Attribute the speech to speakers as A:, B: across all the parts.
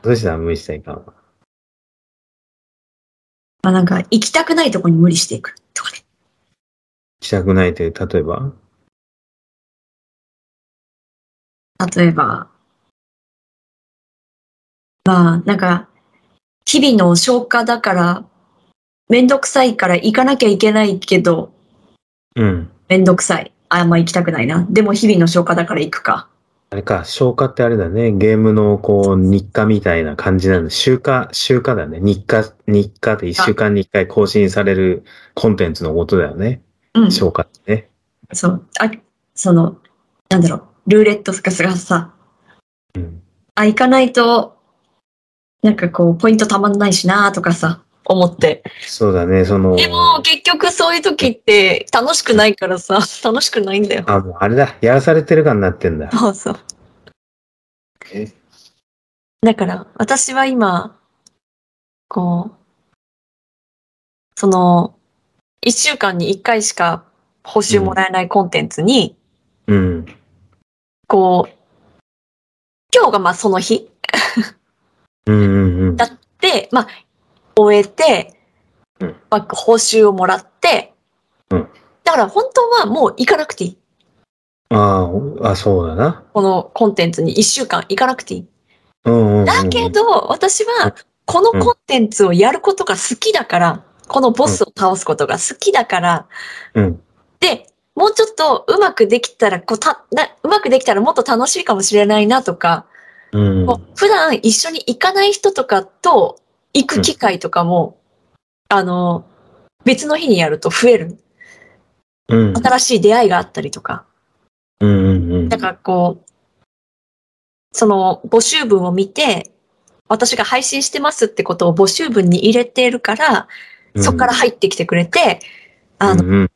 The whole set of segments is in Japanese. A: どうしたら無理したいかも。
B: まあなんか、行きたくないとこに無理していくとかね。
A: したくないという、例えば
B: 例えば、まあなんか、日々の消化だから、めんどくさいから行かなきゃいけないけど、
A: うん。
B: めんどくさい。あんまあ行きたくないな。でも日々の消化だから行くか。
A: あれか、消化ってあれだね。ゲームのこう、日課みたいな感じなんで、週課、週課だね。日課、日課で一週間に一回更新されるコンテンツのことだよね。
B: うん。そ
A: 消化ってね。
B: う。あ、その、なんだろう、ルーレットとかがさ、
A: うん。
B: あ、行かないと、なんかこう、ポイントたまんないしなとかさ、思って。
A: そうだね、その、
B: でも結局そういう時って楽しくないからさ、 楽しくないんだよ。
A: あ、もうあれだ。やらされてる感になってんだ。
B: そうそう。
A: え
B: だから私は今、こう、その、一週間に一回しか報酬もらえないコンテンツに、
A: うん。
B: こう、今日がまあその日
A: うんうんうん。
B: だで、まあ、終えて、
A: うん
B: まあ、報酬をもらって、
A: うん
B: だから本当はもう行かなくていい。
A: ああ、あ、そうだな。
B: このコンテンツに一週間行かなくていい。
A: うんうんうんうん。
B: だけど、私
A: うん
B: は、このコンテンツをやることが好きだから、このボスを倒すことが好きだから、
A: うん。
B: で、もうちょっとうまくできたら、こうたな、うまくできたらもっと楽しいかもしれないなとか、
A: うん。
B: こう普段一緒に行かない人とかと行く機会とかも、あの、別の日にやると増える。
A: うん。
B: 新しい出会いがあったりとか。
A: うんうんうん
B: だ。からこう、その募集文を見て、私が配信してますってことを募集文に入れているから、そこから入ってきてくれて、
A: うん、
B: あの、
A: うんうん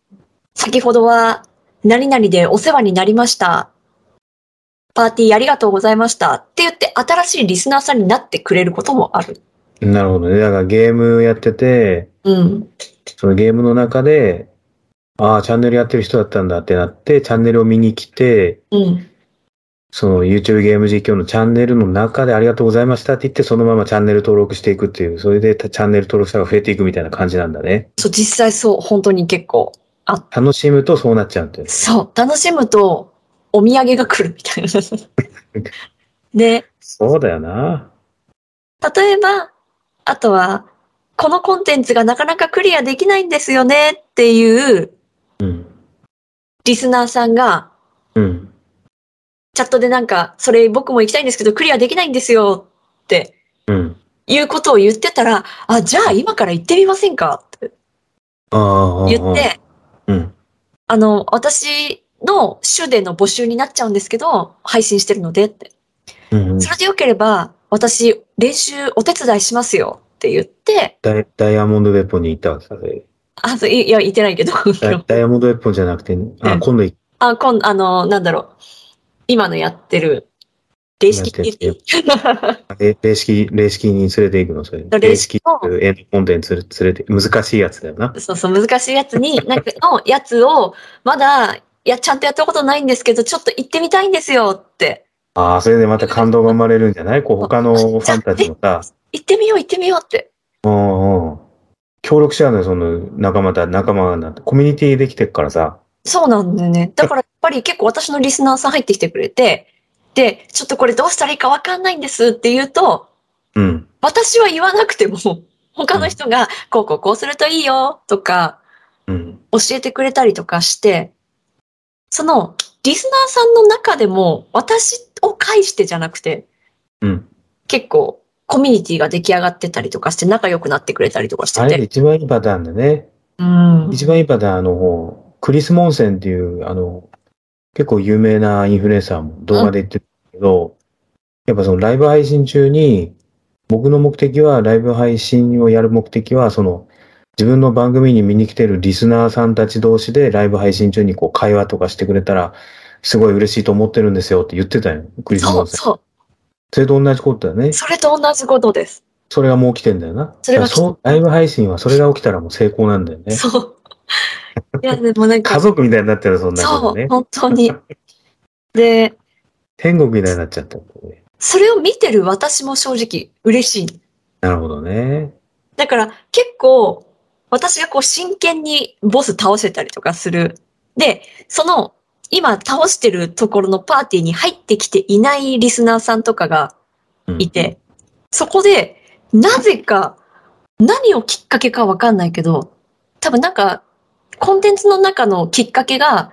B: 先ほどは、何々でお世話になりました。パーティーありがとうございました。って言って、新しいリスナーさんになってくれることもある。
A: なるほどね。だからゲームやってて、
B: うん。
A: そのゲームの中で、ああ、チャンネルやってる人だったんだってなって、チャンネルを見に来て、
B: うん。
A: その YouTube ゲーム実況のチャンネルの中でありがとうございましたって言って、そのままチャンネル登録していくっていう、それでチャンネル登録者が増えていくみたいな感じなんだね。
B: そう、実際そう、本当に結構。
A: 楽しむとそうなっちゃうんだよね。
B: そう、楽しむと、お土産が来るみたいな。 で、
A: そうだよな。
B: 例えば、あとは、このコンテンツがなかなかクリアできないんですよねっていう
A: うん。
B: リスナーさんが、
A: うん。
B: チャットでなんか、それ僕も行きたいんですけど、クリアできないんですよって
A: うん。
B: いうことを言ってたら、あ、じゃあ今から行ってみませんかって
A: ああああ。ああ
B: 言っ。て、
A: うん。
B: あの、私の週での募集になっちゃうんですけど、配信してるのでって。
A: うんうん
B: それでよければ、私、練習お手伝いしますよって言って、
A: ダイダイヤモンドウェポンに行ったわ、それ。
B: あ、そういいや、言ってないけど。
A: ダ イダイヤモンドウェポンじゃなくて、あ、今度行っ
B: あ、こん、あの、なんだろう。今のやってる、霊式って言っていい
A: え、霊式、霊式に連れて行くの、それ。
B: 霊式
A: 霊式って
B: の
A: いうエンドコンテンツ連れて、難しいやつだよな。
B: そうそう、難しいやつ に、なんかのやつを、まだ、いや、ちゃんとやったことないんですけど、ちょっと行ってみたいんですよって。
A: ああ、それでまた感動が生まれるんじゃないこう、他のファンたちも さ、
B: 行ってみよう、行ってみようって。
A: うんうん。協力し合うのよ、その仲間だ、仲間がなって。コミュニティできてっからさ。
B: そうなんだよね。だから、やっぱり結構私のリスナーさん入ってきてくれて、で、ちょっとこれどうしたらいいかわかんないんですって言うと、
A: うん。
B: 私は言わなくても、他の人が、こうこうこうするといいよとか、
A: うん。
B: 教えてくれたりとかして、そのリスナーさんの中でも私を介してじゃなくて、
A: うん。
B: 結構コミュニティが出来上がってたりとかして仲良くなってくれたりとかして
A: あれ
B: て。
A: 一番いいパターンだね。
B: うん。
A: 一番いいパターン、あの、クリス・モンセンっていう、あの、結構有名なインフルエンサーも動画で言ってるけど、やっぱそのライブ配信中に、僕の目的は、ライブ配信をやる目的は、その、自分の番組に見に来てるリスナーさんたち同士でライブ配信中にこう会話とかしてくれたら、すごい嬉しいと思ってるんですよって言ってたよ。クリス・
B: そ
A: モ
B: う
A: ンセン。
B: そ
A: それと同じことだよね
B: う。。それと同じことです。
A: それがもう起きてんだよな。
B: それが
A: だからそうライブ配信はそれが起きたらもう成功なんだよね。
B: そう。いや、でもなん
A: 家
B: か、
A: 族みたいになってる、そんなこと
B: そ
A: ね
B: う、。本当に。で、
A: 天国みたいになっちゃったんだよね。
B: それを見てる私も正直嬉しい。
A: なるほどね。
B: だから結構私がこう真剣にボス倒せたりとかする。で、その今倒してるところのパーティーに入ってきていないリスナーさんとかが
A: うん
B: いて、そこでなぜか何をきっかけかわかんないけど、多分なんかコンテンツの中のきっかけが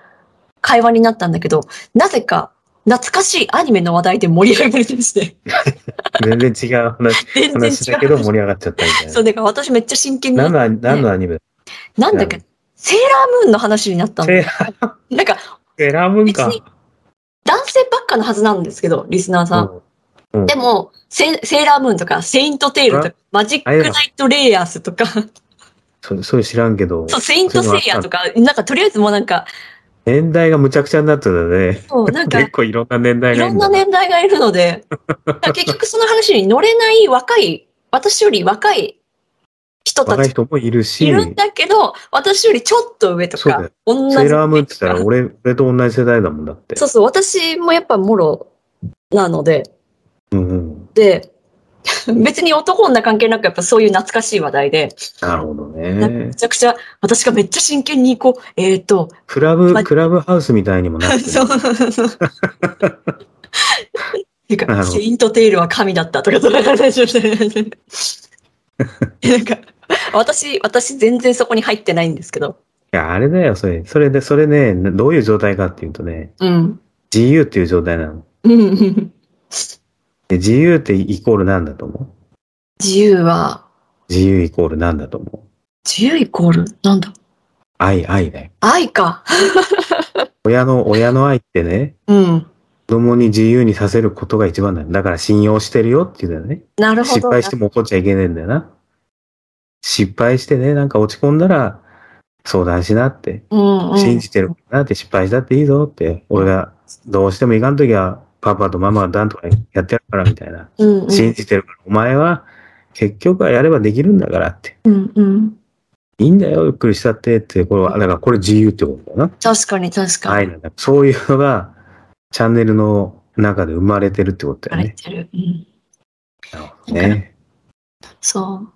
B: 会話になったんだけど、なぜか懐かしいアニメの話題で盛り上がりでして、
A: 全然違う話
B: 全然違う
A: 話だけど盛り上がっちゃったみたい
B: そう、
A: な。
B: だから私めっちゃ真剣になっ
A: 何のア何のアニメ
B: なんだっけ、セーラームーンの話になったの。
A: セーラ
B: なんか、
A: セーラームーンか
B: 別。に男性ばっかのはずなんですけど、リスナーさん。
A: うんうん
B: でもセ、セーラームーンとか、セイントテールとか、マジックナイトレイヤースとか、
A: そそういう知らんけど、
B: そう、セイントセイヤーとか、なんかとりあえずもうなんか、
A: 年代がむちゃくちゃになってたね。
B: そう、なんか、
A: 結構いろんな年代
B: い
A: がい
B: ろ
A: る
B: ん
A: ん
B: な
A: だね。
B: 年代がいる ので、だから結局その話に乗れない若い、私より若い人た
A: 若い
B: ち
A: 人もいるし、
B: いるんだけど、私よりちょっと上と
A: そうだ
B: か
A: よ、
B: 同じ
A: セーラームーンって言ったら俺、俺と同じ世代だもんだって。
B: そうそう、私もやっぱもろなので、
A: うんうん。
B: で、 別に男女関係なくやっぱそういう懐かしい話題で、
A: なるほど
B: め
A: ね。
B: ちゃくちゃ、私がめっちゃ真剣にこう、えっ、ー、と、
A: クラブ、
B: ま
A: クラブハウスみたいにもなってる。
B: そうそうそう。て
A: な
B: か、
A: るほど
B: セイントテールは神だったとか、そんな話をして、 なんか、私、私全然そこに入ってないんですけど、
A: いや、あれだよ、それ。それで、それね、どういう状態かっていうとね、
B: うん。
A: 自由っていう状態なの。
B: うんうんうん
A: で自由ってイコールなんだと思う
B: 自由は、
A: 自由イコールなんだと思う
B: 自由イコール、なんだ
A: 愛、愛だよ。
B: 愛か。
A: 親の、親の愛ってね、
B: うん。
A: 子供に自由にさせることが一番だよ。だから信用してるよっていうんだよね。
B: なるほど。
A: 失敗しても怒っちゃいけねえんだよな。失敗してね、なんか落ち込んだら相談しなって。
B: うんうん、
A: 信じてるからなって失敗したっていいぞって。俺がどうしてもいかんときはパパとママはなんとかやってやるからみたいな。
B: うんうん、
A: 信じてるから、お前は結局はやればできるんだからって。
B: うんうん。
A: いいんだよ、ゆっくりしたってって。これは、だからこれ自由ってことだな。
B: 確かに確かに。
A: 愛なんだ。そういうのが、チャンネルの中で生まれてるってことだ
B: 言わ
A: よ
B: れ
A: ね。
B: てる。うん。
A: なるほどね。
B: そう。